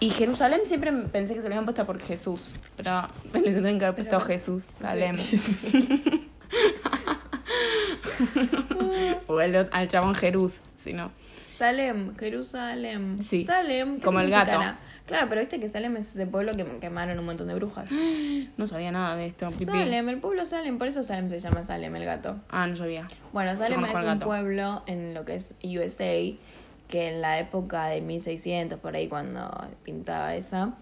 A: Y Jerusalén siempre m- pensé que se le habían puesto por Jesús, pero le tendrían que haber puesto
B: Pero-
A: Jesús Salem. o el ot- al chabón Jerús, si no.
B: Salem, Jerusalén.
A: Sí,
B: Salem. ¿qué
A: como el
B: significará?
A: gato.
B: Claro, pero viste que Salem es ese pueblo que quemaron un montón de brujas.
A: No sabía nada de esto, pipí.
B: Salem, el pueblo Salem, por eso Salem se llama Salem, el gato.
A: Ah, no sabía.
B: Bueno, Salem es
A: conozco al
B: un
A: gato.
B: pueblo en lo que es USA, que en la época de 1600, por ahí cuando pintaba esa,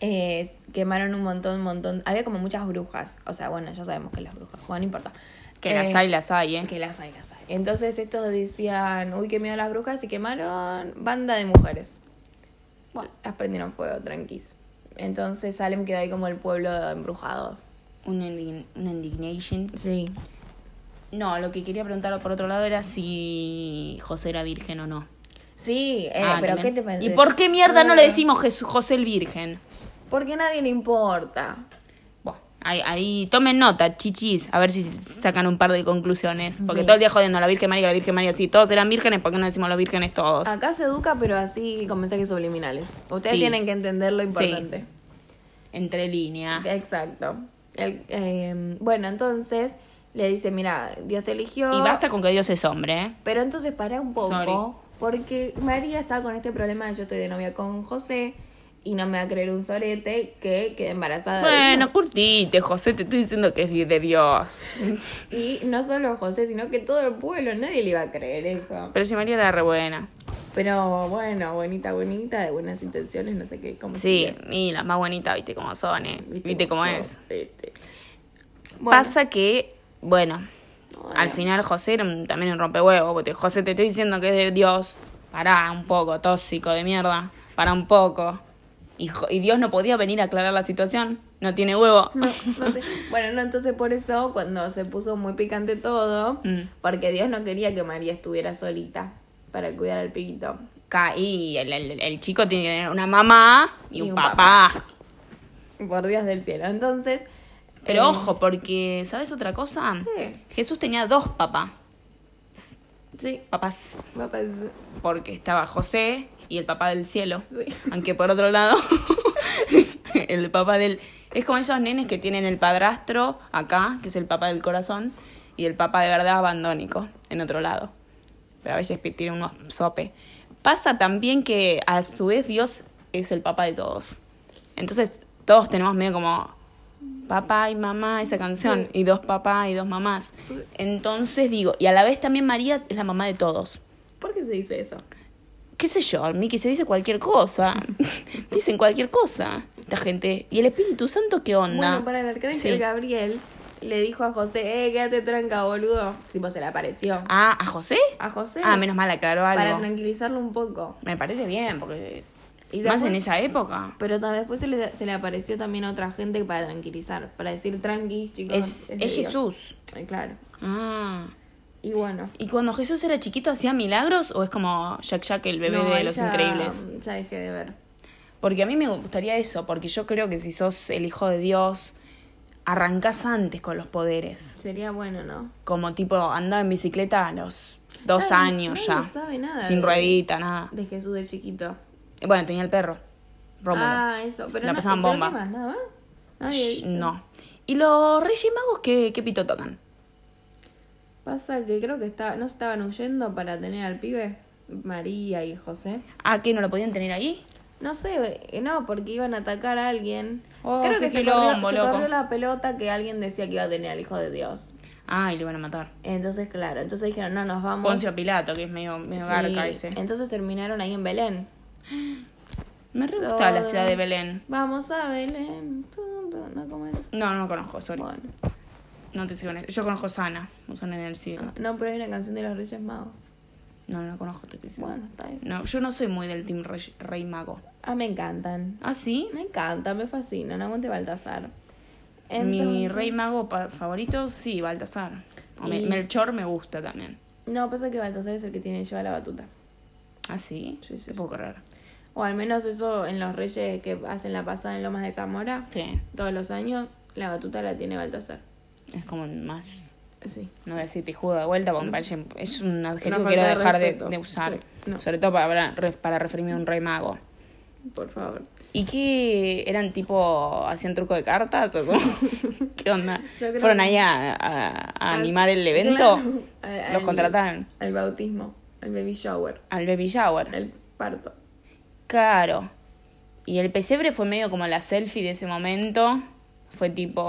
B: eh, quemaron un montón, un montón. Había como muchas brujas. O sea, bueno, ya sabemos que las brujas, bueno, no importa.
A: Que
B: Eh,
A: las hay, las hay, ¿eh?
B: Que las hay, las hay. Entonces estos decían, uy, qué miedo a las brujas, y quemaron banda de mujeres. Bueno, las prendieron fuego, tranquis. Entonces Salem quedó ahí como el pueblo embrujado.
A: Una, indign- una indignation.
B: Sí.
A: No, lo que quería preguntar por otro lado era si José era virgen o no.
B: Sí, eh,
A: Ah,
B: pero
A: también.
B: ¿qué te pensás?
A: ¿Y por qué mierda no le
B: Ah.
A: decimos Jesús José el virgen?
B: Porque a nadie le importa.
A: Bueno, ahí, ahí tomen nota, chichis, a ver si sacan un par de conclusiones. Porque
B: Sí.
A: todo el día jodiendo a la Virgen María, a la Virgen María, si todos eran vírgenes, ¿por qué no decimos los vírgenes todos?
B: Acá se educa, pero así con mensajes subliminales. Ustedes
A: Sí. Ah.
B: tienen que entender lo importante.
A: Entre líneas.
B: Exacto. El- eh, bueno, entonces le dice, mira, Dios te eligió.
A: Y basta con que Dios es hombre, ¿eh?
B: Pero entonces para un poco,
A: Sorry.
B: porque María estaba con este problema de yo estoy de novia con José y no me va a creer un solete que quede embarazada. de
A: Bueno, curtite, José, te estoy diciendo que es de Dios.
B: mí. Y no solo José, sino que todo el pueblo, nadie le iba a creer eso.
A: Pero si María era re buena.
B: Pero bueno, bonita, bonita, de buenas intenciones, no sé qué. Como
A: Sí, y las más bonitas, viste cómo son, ¿eh? Viste cómo es.
B: Pasa.
A: Pasa que, bueno, al final José era un- también un rompehuevo, porque José te estoy diciendo que es de Dios, pará un poco, tóxico de mierda, pará un poco. Y, jo- y Dios no podía venir a aclarar la situación, no tiene huevo.
B: Bueno, no, entonces por eso cuando se puso muy picante todo,
A: Mm.
B: porque Dios no quería que María estuviera solita para cuidar al piquito.
A: Ca- Y el, el- el chico tiene que tener una mamá y un,
B: Y un
A: papá.
B: Por Dios del cielo. Entonces,
A: Pero
B: eh,
A: ojo, porque, ¿sabes otra cosa?
B: ¿Qué?
A: Jesús tenía dos papás.
B: sí,
A: Papás,
B: va a pas-
A: porque estaba José y el papá del cielo.
B: sí.
A: Aunque por otro lado, el papá del. Es como esos nenes que tienen el padrastro acá, que es el papá del corazón, y el papá de verdad abandónico en otro lado. Pero a veces pi- tiene unos sope. Pasa también que a su vez Dios es el papá de todos. Entonces todos tenemos medio como papá y mamá, esa canción, y dos papás y dos mamás. Entonces digo, y a la vez también María es la mamá de todos
B: ¿Por qué se dice eso?
A: qué sé yo, Miki, se dice cualquier cosa. Dicen cualquier cosa esta gente. ¿Y el Espíritu Santo qué onda?
B: Bueno, para el arcángel
A: Sí.
B: Gabriel le dijo a José, eh, quédate tranca, boludo. Tipo, se le apareció.
A: Ah, ¿a José?
B: A José.
A: Ah, menos mal aclaró
B: Para
A: algo.
B: tranquilizarlo un poco.
A: Me parece bien, porque
B: Y
A: más
B: después-
A: en esa época.
B: Pero ta- después se le, se le apareció también a otra gente para tranquilizar, para decir tranquis, chicos.
A: Es,
B: de
A: es
B: Dios".
A: Jesús.
B: Ay, claro.
A: Ah.
B: Y bueno.
A: ¿Y cuando Jesús era chiquito hacía milagros o es como Jack Jack el bebé
B: No,
A: de
B: ahí
A: los
B: ya-
A: increíbles?
B: Ya dejé de ver.
A: Porque a mí me gustaría eso, porque yo creo que si sos el hijo de Dios, arrancás antes con los poderes.
B: Sería bueno, ¿no?
A: como tipo andaba en bicicleta a los dos
B: Nadie-
A: años
B: nadie
A: ya.
B: sabe nada
A: sin
B: de-
A: ruedita, nada.
B: De Jesús de chiquito.
A: Eh, Bueno, tenía el perro, Rómulo.
B: Ah, eso. Pero
A: La
B: no,
A: pasaban
B: ¿pero
A: bomba.
B: qué más? ¿Nada más? Nadie
A: Shh,
B: dice.
A: no. ¿Y los Reyes Magos qué, qué pito tocan?
B: Pasa que creo que estaba, no estaban huyendo para tener al pibe, María y José.
A: Ah, ¿qué? ¿No lo podían tener ahí?
B: No sé, eh, no, porque iban a atacar a alguien.
A: Oh,
B: creo
A: qué
B: que se,
A: quilombo,
B: corrió, se
A: loco.
B: corrió la pelota que alguien decía que iba a tener al hijo de Dios.
A: Ah, y lo iban a matar.
B: Entonces, claro, entonces dijeron, no, nos vamos.
A: Poncio Pilato, que es medio, medio
B: Sí,
A: garca ese.
B: Entonces terminaron ahí en Belén.
A: Me re gusta la
B: Todo.
A: ciudad de Belén.
B: Vamos a Belén. Tun, tun, No, ¿cómo es?
A: No, no conozco, sorry.
B: Bueno.
A: No te sigo en eso. Yo conozco Sana, Sana en el siglo.
B: No, pero hay una canción de los Reyes Magos.
A: No, no la conozco, te estoy diciendo.
B: Ah. Bueno, está bien.
A: No, yo no soy muy del team rey, rey mago.
B: Ah, me encantan.
A: ¿Ah, sí?
B: Me encantan, me fascinan. Aguante Baltasar.
A: Mi
B: Entonces-
A: rey mago pa- favorito, sí, Baltasar. O me-
B: Y-
A: Melchor me gusta también.
B: No, pasa que Baltasar es el que tiene yo a la batuta.
A: ¿Ah, sí?
B: Sí, sí,
A: Te
B: sí.
A: puedo correr.
B: O al menos eso en los Reyes que hacen la pasada en Lomas de Zamora.
A: Sí.
B: Todos los años la batuta la tiene Baltasar.
A: Es como más.
B: Sí.
A: No voy a decir pijudo de vuelta porque me parece- es un adjetivo
B: Una
A: que quiero
B: falta de
A: dejar de,
B: respeto.
A: de usar.
B: Sí, no.
A: Sobre todo para, hablar- para referirme a un rey mago.
B: Por favor.
A: ¿Y qué eran tipo, hacían truco de cartas o cómo? ¿Qué onda?
B: creo-
A: ¿Fueron ahí a, a- a
B: Al-
A: animar el evento?
B: Claro. Al-
A: ¿Los
B: al-
A: contrataron?
B: Al bautismo, al baby shower,
A: Al baby shower.
B: al parto.
A: Claro. Y el pesebre fue medio como la selfie de ese momento. Fue tipo,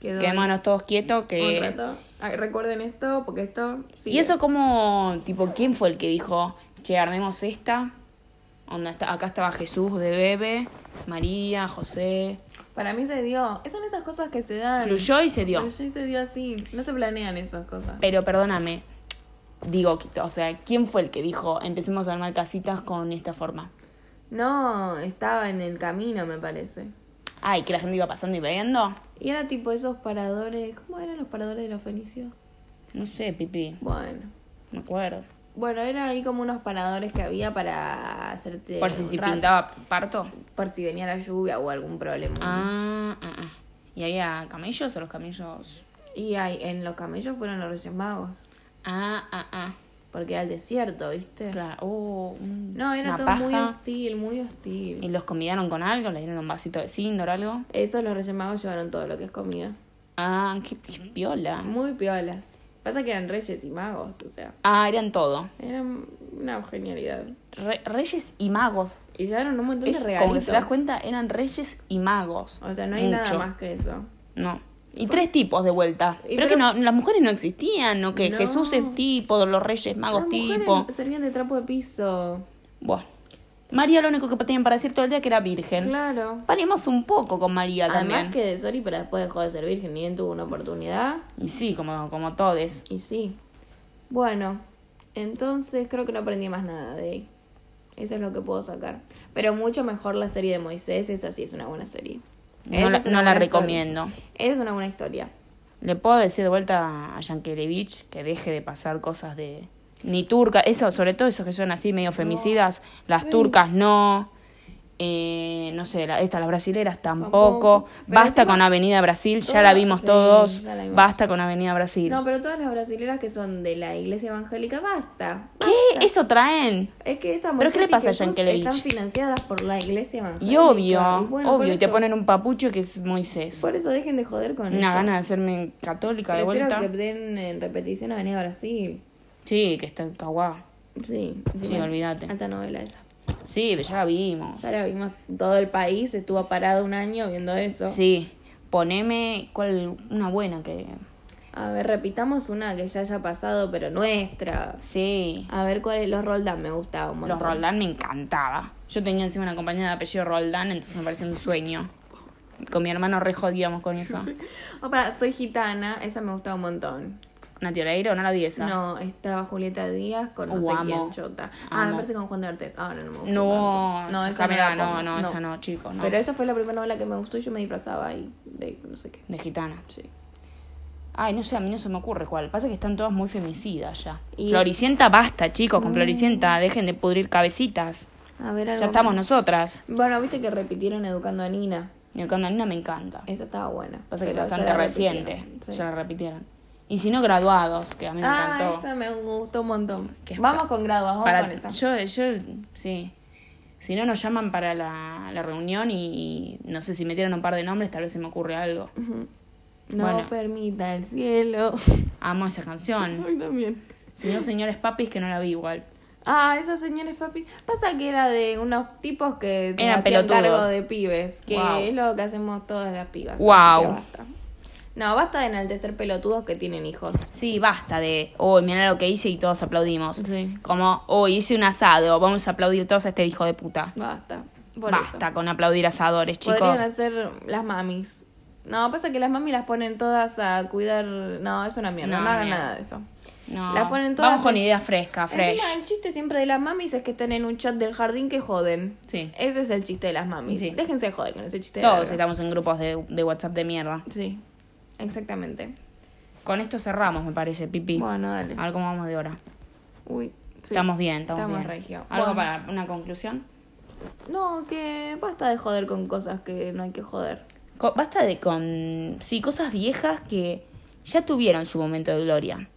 B: Quedó
A: quedémonos todos quietos
B: Un
A: que...
B: rato. Ay, recuerden esto, porque esto. sigue.
A: Eh, y eso como, tipo, ¿quién fue el que dijo, che, armemos esta? Onda, está- acá estaba Jesús de bebé, María, José.
B: Para mí se dio. Son estas cosas que se dan.
A: Fluyó y se dio.
B: Fluyó y se dio así. No se planean esas cosas.
A: Pero perdóname, digo, o sea, ¿quién fue el que dijo empecemos a armar casitas con esta forma?
B: No, estaba en el camino, me parece.
A: Ay, que la gente iba pasando y viendo.
B: Y era tipo esos paradores. ¿Cómo eran los paradores de los fenicios?
A: No sé, pipí,
B: Bueno.
A: me acuerdo.
B: Bueno, era ahí como unos paradores que había para hacerte.
A: Por si
B: un
A: se
B: rato,
A: pintaba parto.
B: Por si venía la lluvia o algún problema.
A: Ah, ah, ah. ¿Y había camellos o los camellos?
B: Y ahí, en los camellos fueron los Reyes Magos.
A: Ah, ah, ah.
B: Porque era el desierto, ¿viste?
A: Claro. Oh, un-
B: No, era
A: una
B: todo muy
A: paja.
B: hostil, muy
A: ¿Y
B: hostil.
A: los convidaron con algo? ¿Le dieron un vasito de cindor o algo?
B: Esos los Reyes Magos llevaron todo lo que es comida.
A: Ah, qué, qué piola.
B: Muy piolas. Pasa que eran reyes y magos, o sea,
A: Ah, eran todo.
B: eran una genialidad.
A: Re- reyes y magos.
B: Y llevaron un montón
A: Es
B: de
A: como
B: regalitos.
A: que se das cuenta, eran reyes y magos.
B: O sea, no hay nada
A: Mucho.
B: más que eso.
A: No. Y tres tipos de vuelta.
B: Y
A: Pero
B: pero-
A: que no, las mujeres no existían, ¿no? Que
B: No.
A: Jesús es tipo, los reyes magos
B: Las mujeres
A: tipo.
B: servían de trapo de piso.
A: Buah. María lo único que tenían para decir todo el día que era virgen.
B: Claro.
A: Paremos un poco con María también.
B: Además que de Sori, pero después dejó de ser virgen, ni bien tuvo una oportunidad.
A: Y sí, como, como todes.
B: Y sí. Bueno, entonces creo que no aprendí más nada de ahí. Eso es lo que puedo sacar. Pero mucho mejor la serie de Moisés, esa sí es una buena serie.
A: No
B: Esa
A: la,
B: es una
A: no la
B: buena
A: recomiendo.
B: historia. Esa es una buena historia.
A: Le puedo decir de vuelta a Yankelevich que deje de pasar cosas de... Ni turca, eso, sobre todo esos que son así medio femicidas. Las turcas no. Eh, no sé, la- estas, las brasileras tampoco.
B: Tampoco. Pero
A: Basta
B: encima-
A: con Avenida Brasil, ya
B: Todas-
A: la vimos
B: sí,
A: todos.
B: ya la vimos.
A: Basta con Avenida Brasil.
B: No, pero todas las brasileras que son de la iglesia evangélica, basta.
A: ¿Qué? ¿Eso traen?
B: Es que estas
A: ¿Pero qué le
B: Moisés y
A: pasa a
B: Jesús
A: Yankelevich?
B: Están financiadas por la iglesia evangélica.
A: Y obvio,
B: Y bueno,
A: obvio,
B: por
A: y te
B: eso-
A: ponen un papucho que es Moisés.
B: Por eso dejen de joder con
A: Una
B: eso.
A: gana de hacerme católica de
B: Prefiero
A: vuelta.
B: que den en repetición Avenida Brasil.
A: Sí, que está en Caguá.
B: Sí,
A: Sí,
B: encima-
A: olvídate.
B: Alta novela esa.
A: Sí, pero ya la vimos.
B: Ya la vimos todo el país, estuvo parado un año viendo eso.
A: Sí, poneme cuál una buena que...
B: A ver, repitamos una que ya haya pasado, pero nuestra.
A: Sí,
B: A ver cuál es. Los Roldán me gustaba Ah, un montón.
A: los Roldán me encantaba. Yo tenía encima una compañera de apellido Roldán, entonces me parecía un sueño. Con mi hermano re jodíamos con eso.
B: Oh, pará, soy gitana, esa me gustaba un montón.
A: Nati Oreiro, no la vi esa.
B: No, estaba Julieta Díaz con no
A: Uh,
B: sé
A: amo.
B: quién, Chota. Ah,
A: Amo.
B: me parece con Juan de Artes. Ahora no me gusta.
A: No,
B: tanto. no, esa no,
A: Camila,
B: la
A: no,
B: pongo,
A: no, esa no, chicos, no.
B: Pero esa fue la primera novela que me gustó y yo me disfrazaba ahí de no sé qué.
A: De gitana.
B: Sí.
A: Ay, no sé, a mí no se me ocurre cuál. Pasa que están todas muy femicidas ya.
B: Y-
A: Floricienta, basta, chicos, con Floricienta. Dejen de pudrir cabecitas.
B: A ver, algo
A: Ya estamos
B: más.
A: nosotras.
B: Bueno, viste que repitieron Educando a Nina.
A: Y el Candanina me encanta.
B: Esa estaba buena.
A: Pasa que es
B: pero ya
A: bastante
B: la
A: reciente.
B: repitieron, sí.
A: Ya la repitieron. Y si no, graduados, que a mí me
B: Ah, Oh,
A: encantó.
B: esa me gustó un montón.
A: Que-
B: Vamos con graduados, vamos con
A: Para,
B: esa.
A: yo, yo, sí. Si no, nos llaman para la, la reunión y, y no sé si metieron un par de nombres, tal vez se me ocurre algo.
B: Ujú. No
A: Bueno. Mm.
B: permita el cielo.
A: Amo esa canción.
B: Ay, también.
A: Señor, señores papis, que no la vi igual.
B: Ah, esas señores papi. Pasa que era de unos tipos que se
A: Eran
B: hacían
A: pelotudos.
B: cargo de pibes, que
A: Wow.
B: es lo que hacemos todas las pibas. así
A: Wow.
B: que basta. No, basta de enaltecer pelotudos que tienen hijos.
A: Sí, basta de, uy, mira lo que hice y todos aplaudimos.
B: Sí.
A: Como, uy, hice un asado, vamos a aplaudir todos a este hijo de puta.
B: Basta. Por
A: basta
B: eso.
A: con aplaudir asadores, chicos.
B: Podrían hacer las mamis. No, pasa que las mamis las ponen todas a cuidar. No, es una mierda.
A: No,
B: No, hagan
A: mierda.
B: nada de eso.
A: No,
B: La ponen todas
A: vamos con
B: en-
A: ideas frescas, Ah, fresh.
B: Encima, el chiste siempre de las mamis es que están en un chat del jardín que joden.
A: Sí.
B: Ese es el chiste de las mamis.
A: Sí.
B: Déjense de joder con ese chiste. de
A: Todos
B: verga.
A: estamos en grupos de, de WhatsApp de mierda.
B: Sí, exactamente.
A: Con esto cerramos, me parece, Pipi.
B: Bueno, dale.
A: A ver cómo vamos de hora.
B: Uy, sí.
A: Estamos bien, estamos, bien.
B: regio.
A: ¿Algo
B: Bueno,
A: para una conclusión?
B: No, que basta de joder con cosas que no hay que joder.
A: Co- basta de con. Sí, cosas viejas que ya tuvieron su momento de gloria.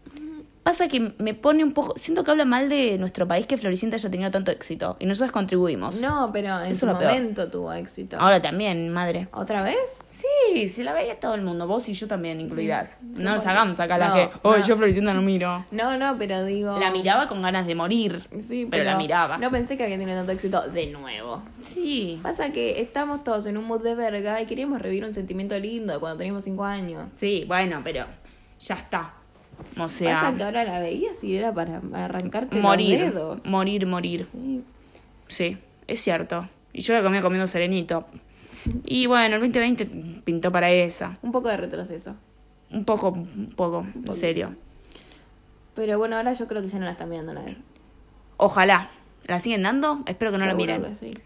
A: Pasa que me pone un poco. Siento que habla mal de nuestro país que Floricienta haya tenido tanto éxito. Y nosotros contribuimos.
B: No, pero en
A: Eso
B: su
A: es lo peor.
B: momento tuvo éxito.
A: Ahora también, madre.
B: ¿Otra vez?
A: Sí, se la veía todo el mundo. Vos y yo también incluidas. no nos
B: porque-
A: hagamos acá las
B: No,
A: que. Oh,
B: no.
A: yo Floricienta no miro.
B: No, no, pero digo.
A: La miraba con ganas de morir.
B: Sí,
A: pero, la miraba.
B: No pensé que había tenido tanto éxito de nuevo.
A: Sí.
B: Pasa que estamos todos en un mood de verga y queríamos revivir un sentimiento lindo de cuando teníamos 5 años.
A: Sí, bueno, pero ya está. O sea,
B: Pasa que ahora la veías y era para arrancarte los
A: ah. morir.
B: dedos.
A: Morir, morir.
B: Sí.
A: Sí, es cierto. Y yo la comía comiendo serenito. Y bueno, el 2020 pintó para esa.
B: Un poco de retroceso.
A: Un poco, un poco, en serio.
B: Pero bueno, ahora yo creo que ya no la están mirando nadie.
A: Ojalá. ¿La siguen dando? Espero que no la
B: Seguro
A: miren.
B: que sí.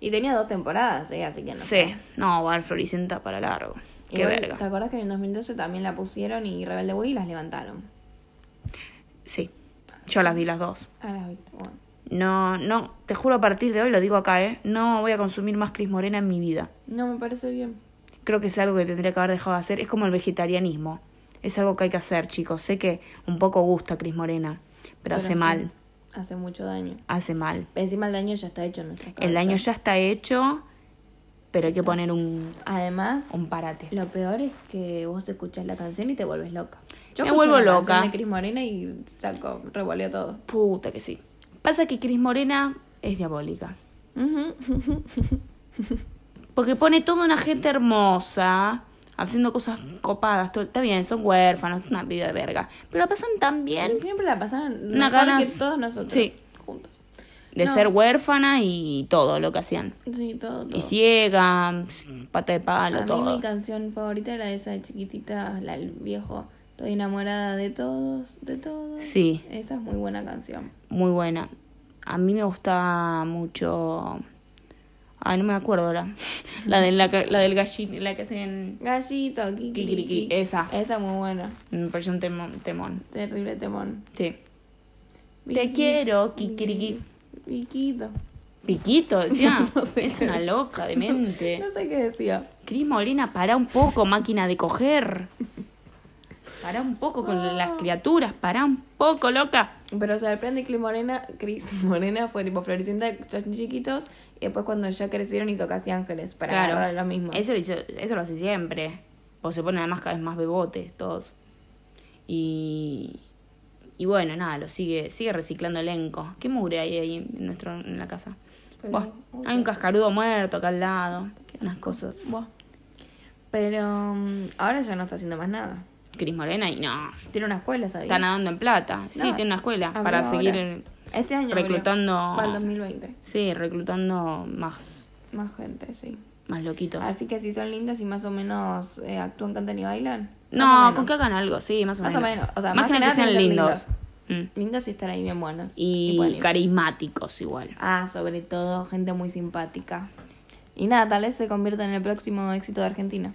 B: Y tenía dos temporadas, ¿eh? así que no. sé.
A: Sí, no, va a dar Floricienta para largo. Qué
B: Igual,
A: verga.
B: ¿Te acordás que en el 2012 también la pusieron y Rebelde Way las levantaron?
A: Sí, yo las vi las dos.
B: Ah, las viste, bueno.
A: No, no, te juro a partir de hoy, lo digo acá, ¿eh? No voy a consumir más Cris Morena en mi vida.
B: No, me parece bien.
A: Creo que es algo que tendría que haber dejado de hacer. Es como el vegetarianismo. Es algo que hay que hacer, chicos. Sé que un poco gusta Cris Morena, pero, hace
B: sí,
A: mal.
B: Hace mucho daño.
A: Hace mal.
B: Encima el daño ya está hecho en nuestra
A: El daño ya está hecho, pero hay que poner un,
B: Además,
A: un parate.
B: lo peor es que vos escuchás la canción y te vuelves loca.
A: Me
B: escucho
A: vuelvo
B: una
A: loca.
B: canción de Cris Morena y saco, revoleo todo.
A: Puta que sí. Pasa que Cris Morena es diabólica. Porque pone toda una gente hermosa, haciendo cosas copadas. todo- Está bien, son huérfanos, una vida de verga. Pero la pasan tan bien
B: Y Siempre la pasaban
A: Una
B: mejor
A: ganas-
B: que todos nosotros.
A: Sí.
B: Juntos.
A: de
B: No.
A: ser huérfana y todo lo que hacían.
B: Sí, todo, todo.
A: Y ciega, pata de palo,
B: A mí
A: todo.
B: mi canción favorita era esa de chiquitita, la del viejo. Estoy enamorada de todos, de todos.
A: Sí.
B: Esa es muy buena canción.
A: Muy buena. A mí me gustaba mucho. Ay, no me acuerdo ahora. La, de, la, ca- la del gallín, la que hacen.
B: Gallito, kikiriki.
A: Kikiriki, esa.
B: Esa muy buena.
A: Me pareció un temón. temón.
B: Terrible temón.
A: Sí. Te
B: Vicky,
A: quiero, kikiriki.
B: Viquito.
A: Piquito, decía.
B: No sé
A: es
B: qué
A: una loca, demente.
B: No sé qué decía.
A: Cris Molina, para un poco, máquina de coger. Para un poco
B: Ah.
A: con las criaturas, para un poco, loca.
B: Pero sorprende que Morena, Cris Morena fue tipo floreciente de chiquitos. Y después cuando ya crecieron hizo casi ángeles para agarrar lo mismo.
A: Eso lo, hizo- eso lo hace siempre. O se ponen además cada vez más bebotes todos. Y. Y bueno, nada, lo sigue, sigue reciclando elenco. ¿Qué mugre hay ahí en, nuestro, en la casa?
B: Pero,
A: Buah,
B: uy,
A: hay un cascarudo muerto acá al lado. Unas cosas.
B: Buah. Pero mm, ahora ya no está haciendo más nada.
A: Cris Morena y no.
B: Tiene una escuela, ¿sabías?
A: Está nadando en plata. Sí,
B: No,
A: tiene una escuela
B: abrió
A: para
B: ahora.
A: seguir. en-
B: este año abrió.
A: reclutando-
B: Para el 2020.
A: sí, reclutando más,
B: Más gente, sí.
A: más loquitos.
B: Así que si son lindos y más o menos eh, actúan, cantan y bailan. más o
A: No,
B: menos.
A: con que hagan algo, sí, más o
B: Más o
A: menos.
B: menos, o sea,
A: más, que, nada que sean
B: tienen que
A: lindos.
B: ser
A: Mm.
B: Lindos y estar ahí bien buenos.
A: Y,
B: pueden ir.
A: carismáticos igual.
B: Ah, sobre todo gente muy simpática. Y nada, tal vez se convierta en el próximo éxito de Argentina.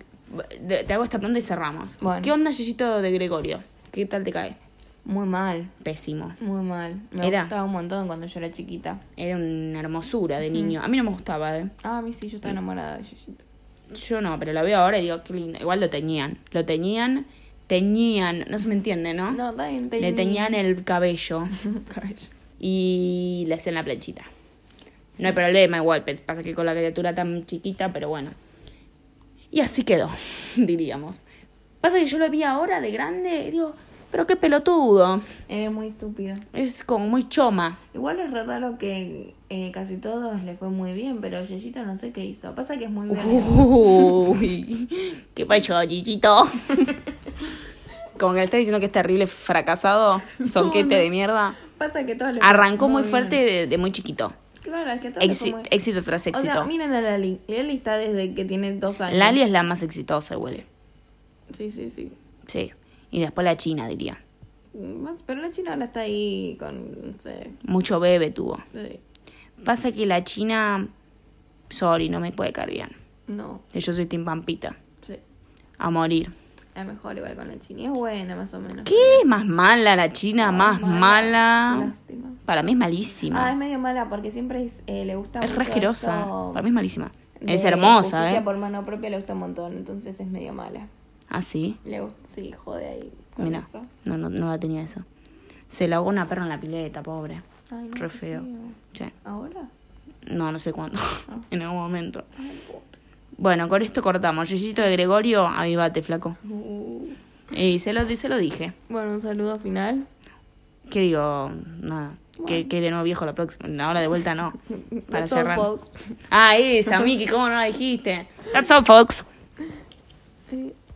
A: Te te hago esta pregunta y cerramos.
B: Bueno.
A: ¿Qué onda Yeyito de Gregorio? ¿Qué tal te cae?
B: Muy mal,
A: Pésimo.
B: muy mal. Me
A: Era.
B: gustaba un montón cuando yo era chiquita.
A: Era una hermosura de niño. A mí no me gustaba, ¿eh?
B: Ah, a mí sí, yo estaba enamorada de Yeyito.
A: Yo no, pero la veo ahora y digo, qué lindo. Igual lo teñían. Lo teñían, teñían. No se me entiende, ¿no?
B: No, está bien,
A: Le teñían el cabello
B: Cabello.
A: y le hacían la planchita. No hay problema, igual. pe- Pasa que con la criatura tan chiquita, pero bueno. Y así quedó, diríamos. Pasa que yo lo vi ahora de grande y digo, pero qué pelotudo.
B: Es muy estúpido.
A: Es como muy choma.
B: Igual es re raro que eh, casi todos le fue muy bien, pero Yeyito no sé qué hizo. Pasa que es muy violento.
A: Uy, qué pacho, chichito. Como que le está diciendo que es terrible fracasado, sonquete de mierda.
B: Pasa que todos le fue
A: Arrancó muy
B: bien.
A: fuerte de, de muy chiquito.
B: Claro, es que todos le fue
A: Éxi-
B: muy-
A: éxito tras
B: O sea,
A: éxito.
B: miren a Lali. Lali está desde que tiene dos años.
A: Lali es la más exitosa, huele.
B: Sí, sí, sí.
A: Sí. Y después la China, diría.
B: Más- Pero la china ahora está ahí con, no sé,
A: Mucho bebé tuvo.
B: eh,
A: Pasa que la China. Sorry, no me puede caer bien.
B: no,
A: Que Yo soy Team Pampita.
B: sí.
A: A morir.
B: Es mejor igual con la china. Y Es buena, más o menos.
A: ¿Qué? Más mala la China,
B: Ah,
A: más
B: mala.
A: mala.
B: Lástima.
A: Para mí es
B: Ah, es
A: malísima.
B: medio mala porque siempre es, eh, le gusta
A: es
B: mucho
A: re asquerosa.
B: eso
A: Para mí es malísima.
B: de
A: Es hermosa,
B: justicia
A: ¿eh?
B: por mano propia le gusta un montón, entonces es medio mala.
A: Ah, sí.
B: Le gusta, sí, jode ahí con
A: Mira.
B: eso.
A: No, no, no la tenía eso. Se la ahogó una perra en la pileta, pobre.
B: Ay, no,
A: Re
B: qué
A: feo. Sí.
B: ¿Ahora?
A: No, no sé cuándo.
B: Ah.
A: en algún momento.
B: Ay, por-
A: Bueno, con esto cortamos. Yeyito de Gregorio, avivate, flaco.
B: Uh.
A: Y se lo, di- se lo dije.
B: Bueno, un saludo final.
A: Que digo, nada. Que, que de nuevo viejo la próxima. Ahora de vuelta no. Para
B: That's all,
A: cerrar.
B: folks.
A: Ah, esa, Miki, ¿cómo no la dijiste? That's all, folks.